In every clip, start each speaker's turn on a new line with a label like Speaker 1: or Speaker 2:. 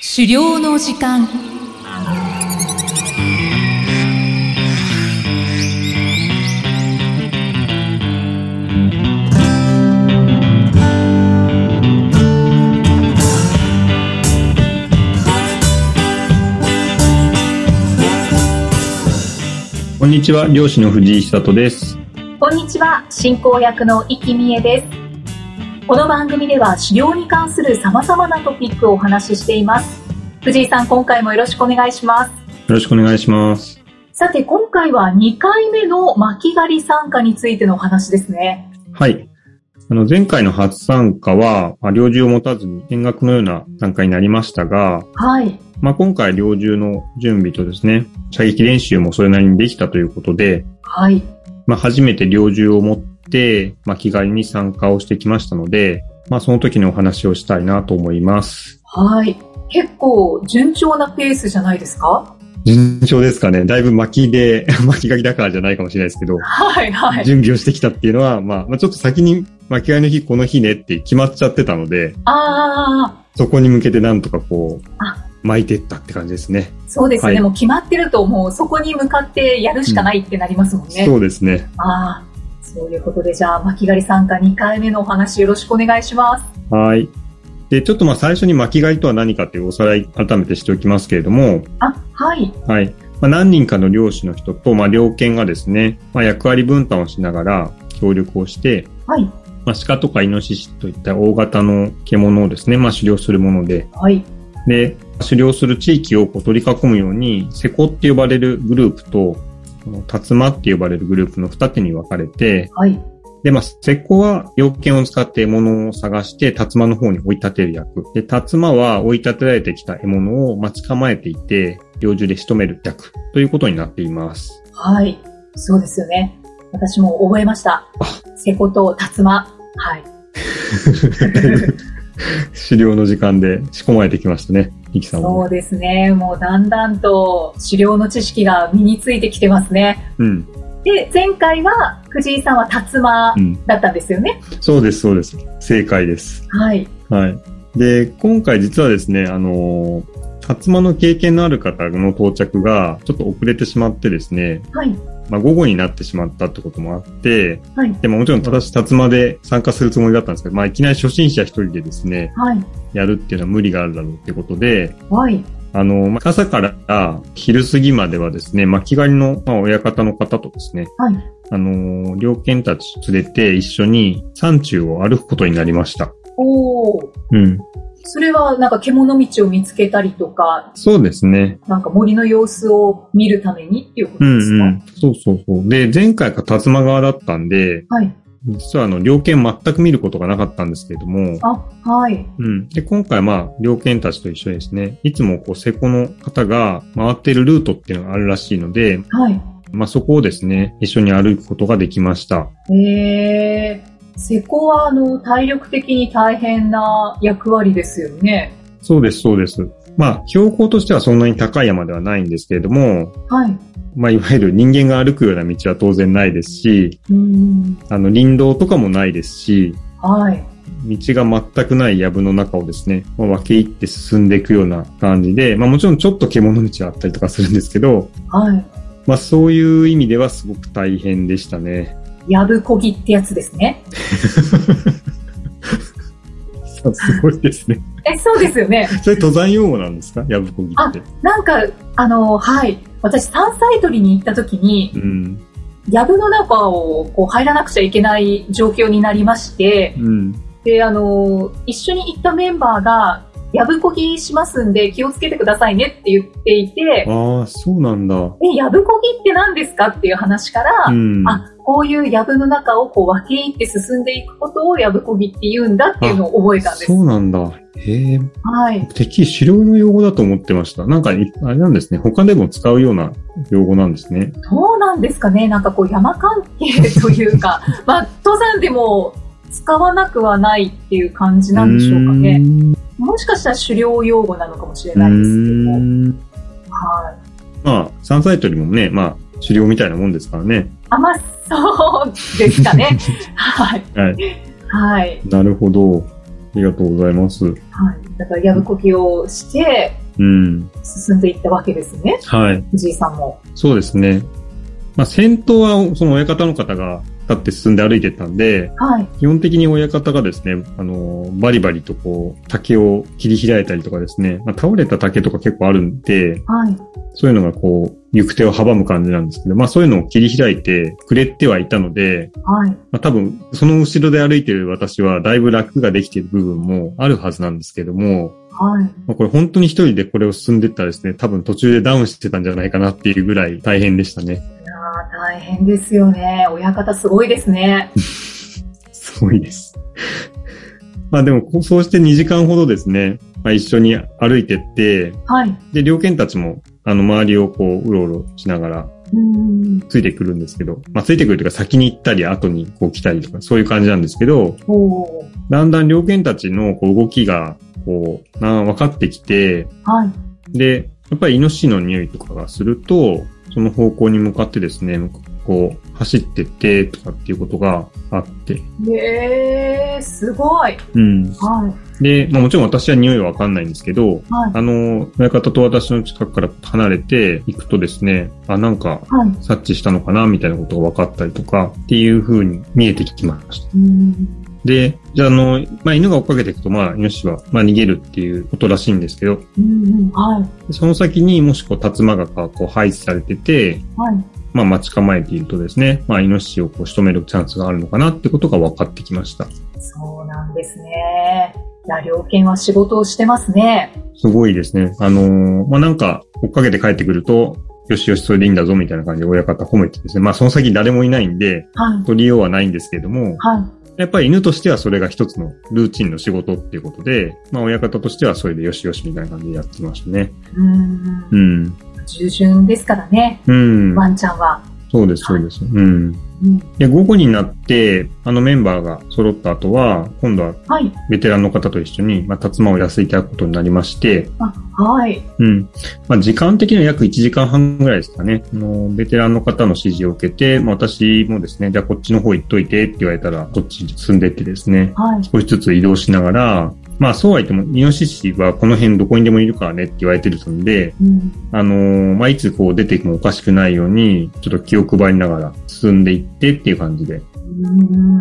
Speaker 1: 狩猟の時間
Speaker 2: こんにちは、漁師の藤井久人です。
Speaker 3: こんにちは進行役の生きみえですこの番組では狩猟に関するさまざまなトピックをお話ししています藤井さん今回もよろしくお願いします
Speaker 2: よろしくお願いします。
Speaker 3: さて今回は2回目の巻き狩り参加についてのお話ですね
Speaker 2: はい。あの、前回の初参加は、まあ、猟銃を持たずに見学のような参加になりましたが、
Speaker 3: はい
Speaker 2: まあ、今回猟銃の準備とですね、射撃練習もそれなりにできたということで、
Speaker 3: はい
Speaker 2: まあ、初めて猟銃を持って、まあ、気軽に参加をしてきましたので、まあ、その時のお話をしたいなと思います。
Speaker 3: はい結構順調なペースじゃないですか
Speaker 2: 順調ですかねだいぶ巻きで、 巻き書きだからじゃないかもしれないですけど、
Speaker 3: はいはい
Speaker 2: 準備をしてきたっていうのは、まあ、まあ、ちょっと先に巻き替えの日、この日ねって決まっちゃってたので、
Speaker 3: あ
Speaker 2: そこに向けてなんとかこ
Speaker 3: あ
Speaker 2: う、巻いてったって感じですね。
Speaker 3: ーそうですね、
Speaker 2: はい
Speaker 3: もう決まってるともうそこに向かってやるしかないってなりますもんね、
Speaker 2: そうですね。
Speaker 3: ああ、そういうことで、じゃあ、巻き狩り参加2回目のお話よろしくお願いします。
Speaker 2: はい。で、ちょっとまあ最初に巻き替えとは何かっていうおさらい改めてしておきますけれども、
Speaker 3: あ、はい、
Speaker 2: はい。まあ、何人かの漁師の人と、まあ、猟犬がですね、まあ、役割分担をしながら協力をして、
Speaker 3: はい、
Speaker 2: まあ、鹿とかイノシシといった大型の獣をですね、まあ、狩猟するもので、
Speaker 3: はい、
Speaker 2: で、狩猟する地域をこう取り囲むように、セコって呼ばれるグループと、この竜馬って呼ばれるグループの二手に分かれて、
Speaker 3: はい、
Speaker 2: で、まあ、セコは猟犬を使って獲物を探して、竜馬の方に追い立てる役。で、竜馬は追い立てられてきた獲物を待ち構えていて、猟銃で仕留める役ということになってい ます。
Speaker 3: はい。そうですよね。私も覚えました。瀬古と竜馬。はい。
Speaker 2: 狩猟の時間で仕込まれてきましたね、イキさん
Speaker 3: そ
Speaker 2: も
Speaker 3: う。ですね。もうだんだんと狩猟の知識が身についてきてますね。
Speaker 2: うん。
Speaker 3: で、前回は藤井さんは竜馬
Speaker 2: うん。
Speaker 3: だったんですよね。
Speaker 2: そうです、そうです。正解です。
Speaker 3: はい、
Speaker 2: はい。で、今回実はですね、あのー、初間の経験のある方の到着がちょっと遅れてしまってですね、
Speaker 3: はい、
Speaker 2: まあ午後になってしまったってこともあって、
Speaker 3: はい、
Speaker 2: でももちろん私、初間で参加するつもりだったんですけど、まあいきなり初心者一人でですね、
Speaker 3: はい、
Speaker 2: やるっていうのは無理があるだろうってことで、
Speaker 3: はい、
Speaker 2: あのー、まあ朝から昼過ぎまではですね、巻き狩りの、まあ、親方の方とですね、
Speaker 3: はい。
Speaker 2: あのー、猟犬たち連れて一緒に山中を歩くことになりました。
Speaker 3: おー。
Speaker 2: うん。
Speaker 3: それはなんか獣道を見つけたりとか、
Speaker 2: そうですね。
Speaker 3: なんか森の様子を見るためにっていうこと
Speaker 2: う
Speaker 3: です
Speaker 2: ん
Speaker 3: か、
Speaker 2: うん。そうそうそう。で、前回が竜馬側だったんで、
Speaker 3: はい。
Speaker 2: 実はあの、猟犬全く見ることがなかったんですけれども、
Speaker 3: あ、はい。
Speaker 2: うん。で、今回まあ、猟犬たちと一緒にですね、いつもこう、セコの方が回ってるルートっていうのがあるらしいので、
Speaker 3: はい。
Speaker 2: まあそこをですね、一緒に歩くことができました。
Speaker 3: えー、瀬古はあの、体力的に大変な役割ですよね。
Speaker 2: そうです、そうです。まあ、標高としてはそんなに高い山ではないんですけれども、
Speaker 3: はい。
Speaker 2: まあ、いわゆる人間が歩くような道は当然ないですし、
Speaker 3: うーん。
Speaker 2: あの、林道とかもないですし、
Speaker 3: はい。
Speaker 2: 道が全くない藪の中をですね、まあ分け入って進んでいくような感じで、まあもちろんちょっと獣道はあったりとかするんですけど、
Speaker 3: はい。
Speaker 2: まあそういう意味ではすごく大変でし たね。
Speaker 3: やぶこぎってやつですね。
Speaker 2: そうすごいですね。
Speaker 3: え、そうですよね。
Speaker 2: それ登山用語なんですか藪こぎって。
Speaker 3: なんか、あの、はい。私、山菜採りに行った時に
Speaker 2: う、ん。
Speaker 3: やぶの中をこう入らなくちゃいけない状況になりまして、
Speaker 2: うん。
Speaker 3: で、あの、一緒に行ったメンバーが、やぶこぎしますんで気をつけてくださいねって言っていて、
Speaker 2: ああ、そうなんだ。
Speaker 3: え、やぶこぎって何ですかっていう話から、
Speaker 2: うん。
Speaker 3: あ、こういうやぶの中をこう分け入って進んでいくことをやぶこぎって言うんだっていうのを覚えたんです
Speaker 2: そ。うなんだ。へえ、
Speaker 3: はい。
Speaker 2: てっきり狩猟の用語だと思ってました。なんか、いあれなんですね。他でも使うような用語なんですね。
Speaker 3: どうなんですかねなんかこう山関係という か、まあ、登山でも使わなくはないっていう感じなんでしょうかね。もしかしたら狩猟用語なのかもしれ
Speaker 2: うーん。
Speaker 3: ないですけ
Speaker 2: うー
Speaker 3: ど。
Speaker 2: ん
Speaker 3: はい。
Speaker 2: まあ、山菜採りもね、まあ、狩猟みたいなもんですからね。
Speaker 3: あ、まあ、そうですかね。はい。
Speaker 2: はい。
Speaker 3: はい。
Speaker 2: なるほど。りがとうございます。
Speaker 3: はい。だから、やぶこぎをして、
Speaker 2: うん。
Speaker 3: 進んでいったわけですね。
Speaker 2: はい。
Speaker 3: 藤井さんも。
Speaker 2: そうですね。まあ、先頭は、その親方の方が立って進んで歩いてったんで、
Speaker 3: はい。
Speaker 2: 基本的に親方がですね、あの、バリバリとこう、竹を切り開いたりとかですね、まあ、倒れた竹とか結構あるんで、
Speaker 3: はい。
Speaker 2: そういうのがこう、行く手を阻む感じなんですけど、まあそういうのを切り開いてくれてはいたので、
Speaker 3: はい。
Speaker 2: まあ多分、その後ろで歩いてる私はだいぶ楽ができている部分もあるはずなんですけども、
Speaker 3: はい。
Speaker 2: まあ、これ本当に一人でこれを進んでったらですね、多分途中でダウンしてたんじゃないかなっていうぐらい大変でしたね。
Speaker 3: いやー大変ですよね。親方すごいですね。
Speaker 2: すごいです。 まあでも、こうそうして2時間ほどですね、まあ、一緒に歩いてって、
Speaker 3: はい。
Speaker 2: で、両県たちも、あの、周りをこう、うろうろしながら、
Speaker 3: うーん。
Speaker 2: ついてくるんですけど、まあ、ついてくるというか先に行ったり、後にこう来たりとか、そういう感じなんですけど、
Speaker 3: おー
Speaker 2: だんだん猟犬たちのこう動きが、こう、な分かってきて、
Speaker 3: はい。
Speaker 2: で、やっぱりイノシシの匂いとかがすると、その方向に向かってですね、こう、走ってって、とかっていうことがあって、
Speaker 3: えー、すごい。
Speaker 2: うん。
Speaker 3: は
Speaker 2: で、まあ、もちろん私は匂いはわかんないんですけ
Speaker 3: い。
Speaker 2: ど、
Speaker 3: はい。
Speaker 2: あの、親方と私の近くから離れていくとですね、あ、なんか
Speaker 3: はい。
Speaker 2: 察知したのかな、みたいなことが分かったりとか、っていう風に見えてきました。
Speaker 3: うーん。
Speaker 2: で、じゃあ、あの、まあ、犬が追っかけていくと、まあ、イノシシは、まあ、逃げるっていうことらしいんですけど、
Speaker 3: うんうん。はい。
Speaker 2: その先にもし、こう、竜馬が、こう、配置されてて、
Speaker 3: はい。
Speaker 2: まあ、待ち構えているとですね、まあ、イノシシをこう仕留めるチャンスがあるのかなってことが分かってきました。
Speaker 3: そうなんですね。いや、猟犬は仕事をしてますね。
Speaker 2: すごいですね。あのーまあ、なんか、追っかけて帰ってくると、よしよし、それでいいんだぞ、みたいな感じで親方褒めてですね、まあ、その先誰もいないんで、
Speaker 3: はい。
Speaker 2: 取りようはないんですけれども、
Speaker 3: はい。
Speaker 2: やっぱり犬としてはそれが一つのルーチンの仕事っていうことで、まあ、親方としてはそれでよしよしみたいな感じでやってましたね。
Speaker 3: うーん
Speaker 2: う。ん。
Speaker 3: 従順ですからね。
Speaker 2: うん。
Speaker 3: ワンちゃんは。
Speaker 2: そうです、そうです。うん。
Speaker 3: うん。
Speaker 2: で、午後になって、あのメンバーが揃った後は、今度は
Speaker 3: はい。
Speaker 2: ベテランの方と一緒に、まあ、竜馬を痩せていただくことになりまして、
Speaker 3: あ、はい。
Speaker 2: うん。まあ、時間的には約1時間半ぐらいですかね。あの、ベテランの方の指示を受けて、まあ、私もですね、じゃあこっちの方行っといてって言われたら、こっちに進んでってですね、
Speaker 3: はい。
Speaker 2: 少しずつ移動しながら、まあ、そうは言っても、イノシシはこの辺どこにでもいるからねって言われてるので、
Speaker 3: うん。
Speaker 2: あのーまあ、いつこう出てもおかしくないように、ちょっと気を配りながら進んでいってっていう感じで。
Speaker 3: うーん。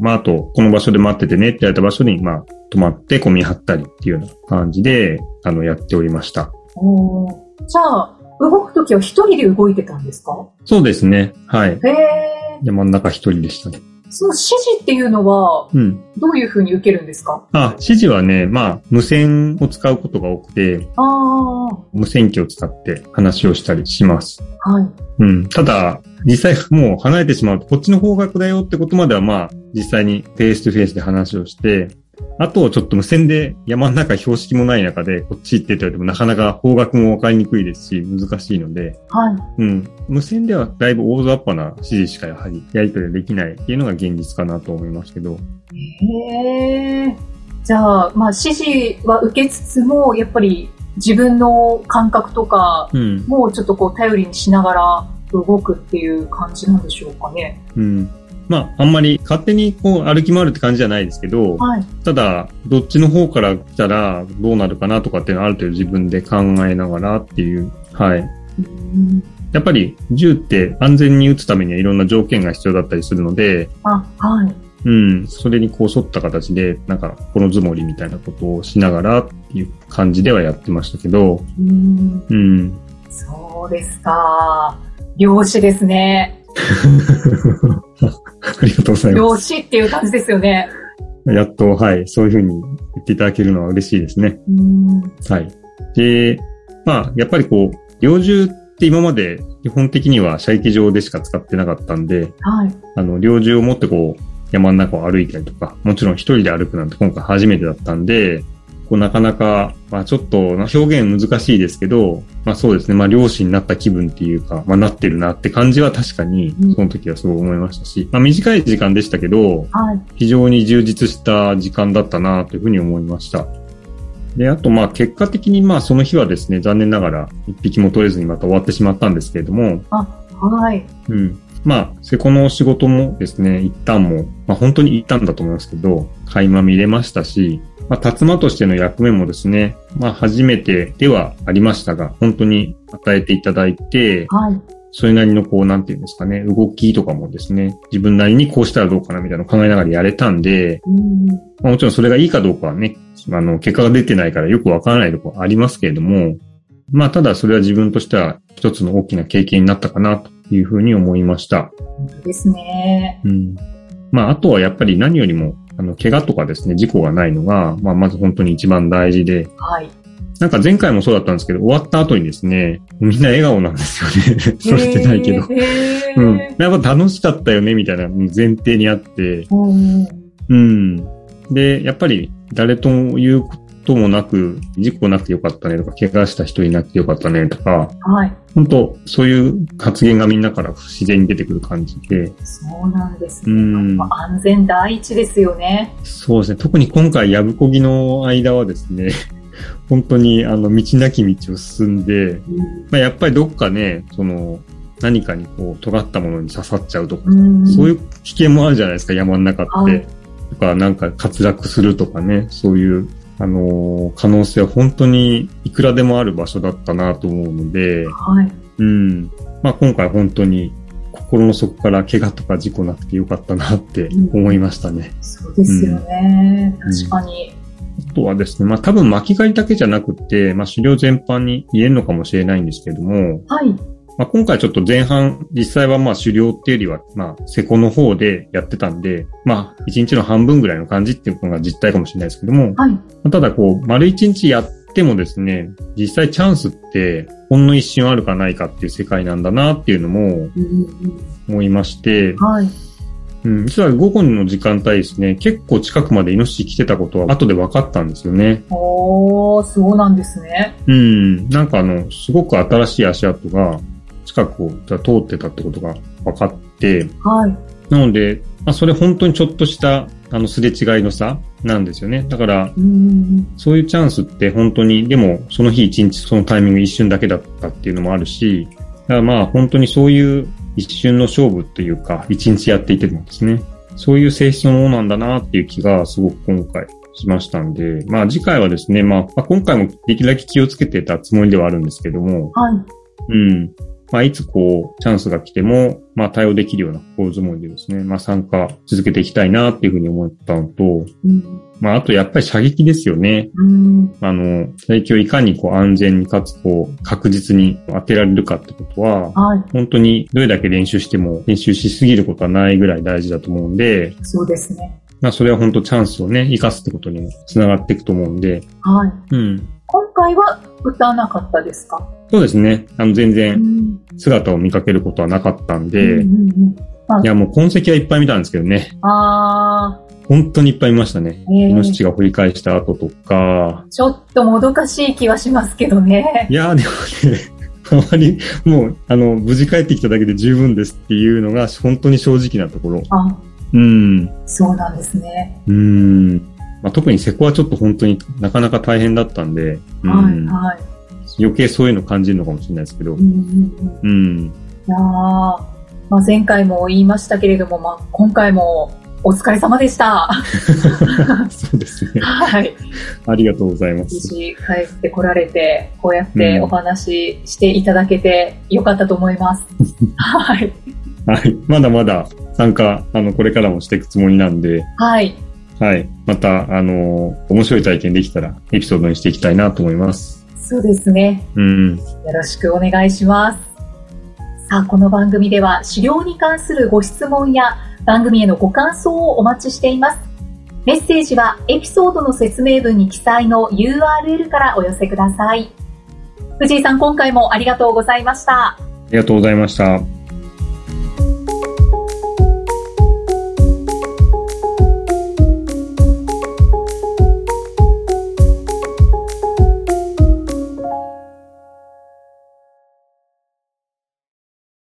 Speaker 2: まあ、あと、この場所で待っててねって言われた場所に、まあ、止まって混み張ったりっていうような感じで、あの、やっておりました。
Speaker 3: おーじゃあ、動くときは一人で動いてたんですか
Speaker 2: そうですね。は
Speaker 3: へ
Speaker 2: い。
Speaker 3: え。
Speaker 2: 山の中一人でしたね。
Speaker 3: その指示っていうのは、
Speaker 2: うん。
Speaker 3: どういうふうに受けるんですか
Speaker 2: あ、指示はね、まあ、無線を使うことが多くて、
Speaker 3: ああ、は
Speaker 2: 無線機を使って話をしたりします。
Speaker 3: い。
Speaker 2: うん。ただ、実際もう離れてしまうと、こっちの方角だよってことまではまあ、実際にフェイスとフェイスで話をして、あとちょっと無線で山の中標識もない中で、こっち行ってと言われてもなかなか方角もわかりにくいですし、難しいので、
Speaker 3: はい。
Speaker 2: うん。無線ではだいぶ大雑把な指示しかやはりやり取りができないっていうのが現実かなと思いますけど、
Speaker 3: へえ。じゃあ、まあ、指示は受けつつも、やっぱり自分の感覚とか、
Speaker 2: うん。
Speaker 3: もうちょっとこう、頼りにしながら動くっていう感じなんでしょうかね。
Speaker 2: うん。まあ、あんまり勝手にこう歩き回るって感じじゃないですけど、
Speaker 3: はい。
Speaker 2: ただ、どっちの方から来たらどうなるかなとかっていうのはある程度自分で考えながらっていう。はい。
Speaker 3: うーん
Speaker 2: やっぱり銃って安全に撃つためにはいろんな条件が必要だったりするので、
Speaker 3: あ、はい。
Speaker 2: うん、それにこう沿った形で、なんか、この積もりみたいなことをしながらっていう感じではやってましたけど、
Speaker 3: うーん。
Speaker 2: うん。
Speaker 3: そうですか。漁師ですね。
Speaker 2: ありがとうございま
Speaker 3: 漁師っていう感じですよね。
Speaker 2: す。やっと、はい、そういうふうに言っていただけるのは嬉しいですね。
Speaker 3: うーん。
Speaker 2: はい。で、まあ、やっぱりこう、猟銃って今まで基本的には射撃場でしか使ってなかったんで、
Speaker 3: はい。
Speaker 2: あの、猟銃を持ってこう、山の中を歩いたりとか、もちろん一人で歩くなんて今回初めてだったんで、こうなかなか、まあちょっと表現難しいですけど、まあそうですね、まあ漁師になった気分っていうか、まあなってるなって感じは確かに
Speaker 3: うん、
Speaker 2: その時はそう思いましたし、まあ短い時間でしたけど、
Speaker 3: はい。
Speaker 2: 非常に充実した時間だったなというふうに思いました。で、あと、まあ、結果的に、まあ、その日はですね、残念ながら、一匹も取れずにまた終わってしまったんですけれども、
Speaker 3: はい。
Speaker 2: うん。まあ、セコの仕事もですね、一旦も、まあ本当に一旦だと思いますけど、垣間見れましたし、まあ、竜馬としての役目もですね、まあ初めてではありましたが、本当に与えていただいて、
Speaker 3: はい。
Speaker 2: それなりのこう、なんていうんですかね、動きとかもですね、自分なりにこうしたらどうかなみたいなのを考えながらやれたんで、
Speaker 3: うん。
Speaker 2: まあ、もちろんそれがいいかどうかはね、あの、結果が出てないからよくわからないところありますけれども、まあ、ただそれは自分としては一つの大きな経験になったかなというふうに思いました。
Speaker 3: ですね。
Speaker 2: うん。まあ、あとはやっぱり何よりも、あの、怪我とかですね、事故がないのが、まあ、まず本当に一番大事で、
Speaker 3: はい。
Speaker 2: なんか前回もそうだったんですけど、終わった後にですね、みんな笑顔なんですよね。 それてないけど。
Speaker 3: へーへー
Speaker 2: うん。やっぱ楽しかったよね、みたいな前提にあって、
Speaker 3: うん。
Speaker 2: うん。で、やっぱり誰とも言うこともなく、事故なくてよかったねとか、怪我した人いなくてよかったねとか、
Speaker 3: はい。
Speaker 2: 本当そういう発言がみんなから不自然に出てくる感じで、
Speaker 3: そうなんです
Speaker 2: う
Speaker 3: ね。
Speaker 2: ん。
Speaker 3: まあ安全第一ですよね。
Speaker 2: そうですね。特に今回、やぶこぎの間はですね、 本当にあの、道なき道を進んで、まあ、やっぱりどっかね、その、何かにこう、尖ったものに刺さっちゃうとか、
Speaker 3: うん。
Speaker 2: そういうう危険もあるじゃないですか、山の中って。
Speaker 3: はい
Speaker 2: とか、なんか滑落するとかね、そういう、あのー可能性は本当にいくらでもある場所だったなと思うので、
Speaker 3: はい。
Speaker 2: うん。まあ今回本当に心の底から怪我とか事故なくてよかったなって思いましたね。
Speaker 3: そうですよね。
Speaker 2: うん
Speaker 3: 確かに。
Speaker 2: あとはですね、まあ多分巻き狩りだけじゃなくて、まあ狩猟全般に言えるのかもしれないんですけれども、
Speaker 3: はい。
Speaker 2: まあ、今回ちょっと前半、実際はまあ狩猟っていうよりは、まあ、セコの方でやってたんで、まあ、一日の半分ぐらいの感じっていうのが実態かもしれないですけども、ま
Speaker 3: はい。
Speaker 2: あただこう、丸一日やってもですね、実際チャンスって、ほんの一瞬あるかないかっていう世界なんだなっていうのも
Speaker 3: うん
Speaker 2: 思いまして、
Speaker 3: はい。
Speaker 2: うん、実は午後の時間帯ですね、結構近くまでイノシシ来てたことは後で分かったんですよね。
Speaker 3: おー、そうなんですね。
Speaker 2: うん、なんかあの、すごく新しい足跡が近くをじゃあ通ってたってことが分かって、
Speaker 3: はい。
Speaker 2: なので、まあ、それ本当にちょっとした、あの、すれ違いの差なんですよね。だから、
Speaker 3: うん。
Speaker 2: そういうチャンスって本当に、でも、その日一日、そのタイミング一瞬だけだったっていうのもあるし、だからまあ、本当にそういう一瞬の勝負というか、一日やっていてもですね、そういう性質のものなんだなっていう気がすごく今回しましたんで、まあ次回はですね、まあ、まあ今回もできるだけ気をつけてたつもりではあるんですけども、
Speaker 3: はい。
Speaker 2: うん。まあ、いつこう、チャンスが来ても、まあ、対応できるような心づもりでですね、まあ、参加続けていきたいなっていうふうに思ったのと、
Speaker 3: うん。
Speaker 2: まあ、あとやっぱり射撃ですよね。
Speaker 3: うん。
Speaker 2: あの、射撃をいかにこう安全にかつこう確実に当てられるかってことは、
Speaker 3: はい。
Speaker 2: 本当にどれだけ練習しても練習しすぎることはないぐらい大事だと思うんで、
Speaker 3: そうですね。
Speaker 2: まあそれは本当チャンスをね、生かすってことにもつながっていくと思うんで、
Speaker 3: はい。
Speaker 2: うん。
Speaker 3: 今回は歌わなかったですか、
Speaker 2: そうですね。あの全
Speaker 3: う
Speaker 2: 然
Speaker 3: ん
Speaker 2: 姿を見かけることはなかったんで、
Speaker 3: うんうん
Speaker 2: いや、もう痕跡はいっぱい見たんですけどね。
Speaker 3: うん、あ
Speaker 2: 本当にいっぱい見ましたね。
Speaker 3: ー、え
Speaker 2: イノシ
Speaker 3: ー、
Speaker 2: シが掘り返した後とか。
Speaker 3: ちょっともどかしい気はしますけどね。
Speaker 2: いやー、でもね、あまり、もう、あの、無事帰ってきただけで十分ですっていうのが、本当に正直なところ。
Speaker 3: あ
Speaker 2: うん。
Speaker 3: そうなんですね。
Speaker 2: うん。まあ、特にセコはちょっと本当になかなか大変だったんで、うん
Speaker 3: はいはい。
Speaker 2: 余計そういうの感じるのかもしれないですけど
Speaker 3: う。んうんうん、い
Speaker 2: うん。
Speaker 3: やー、まあ、前回も言いましたけれども、まあ、今回もお疲れ様でした。
Speaker 2: そうですね。
Speaker 3: はい。
Speaker 2: ありがとうございま
Speaker 3: 無
Speaker 2: す。
Speaker 3: 事帰ってこられて、こうやってお話ししていただけてよかったと思います。はい。
Speaker 2: はい。まだまだ参加、あの、これからもしていくつもりなんで、
Speaker 3: はい。
Speaker 2: はい。また、あのー面白い体験できたら、エピソードにしていきたいなと思います。
Speaker 3: そうですね。
Speaker 2: うん。
Speaker 3: よろしくお願いします。さあ、この番組では狩猟に関するご質問や番組へのご感想をお待ちしています。メッセージはエピソードの説明文に記載の URL からお寄せください。藤井さん、今回もありがとうございました。
Speaker 2: ありがとうございました。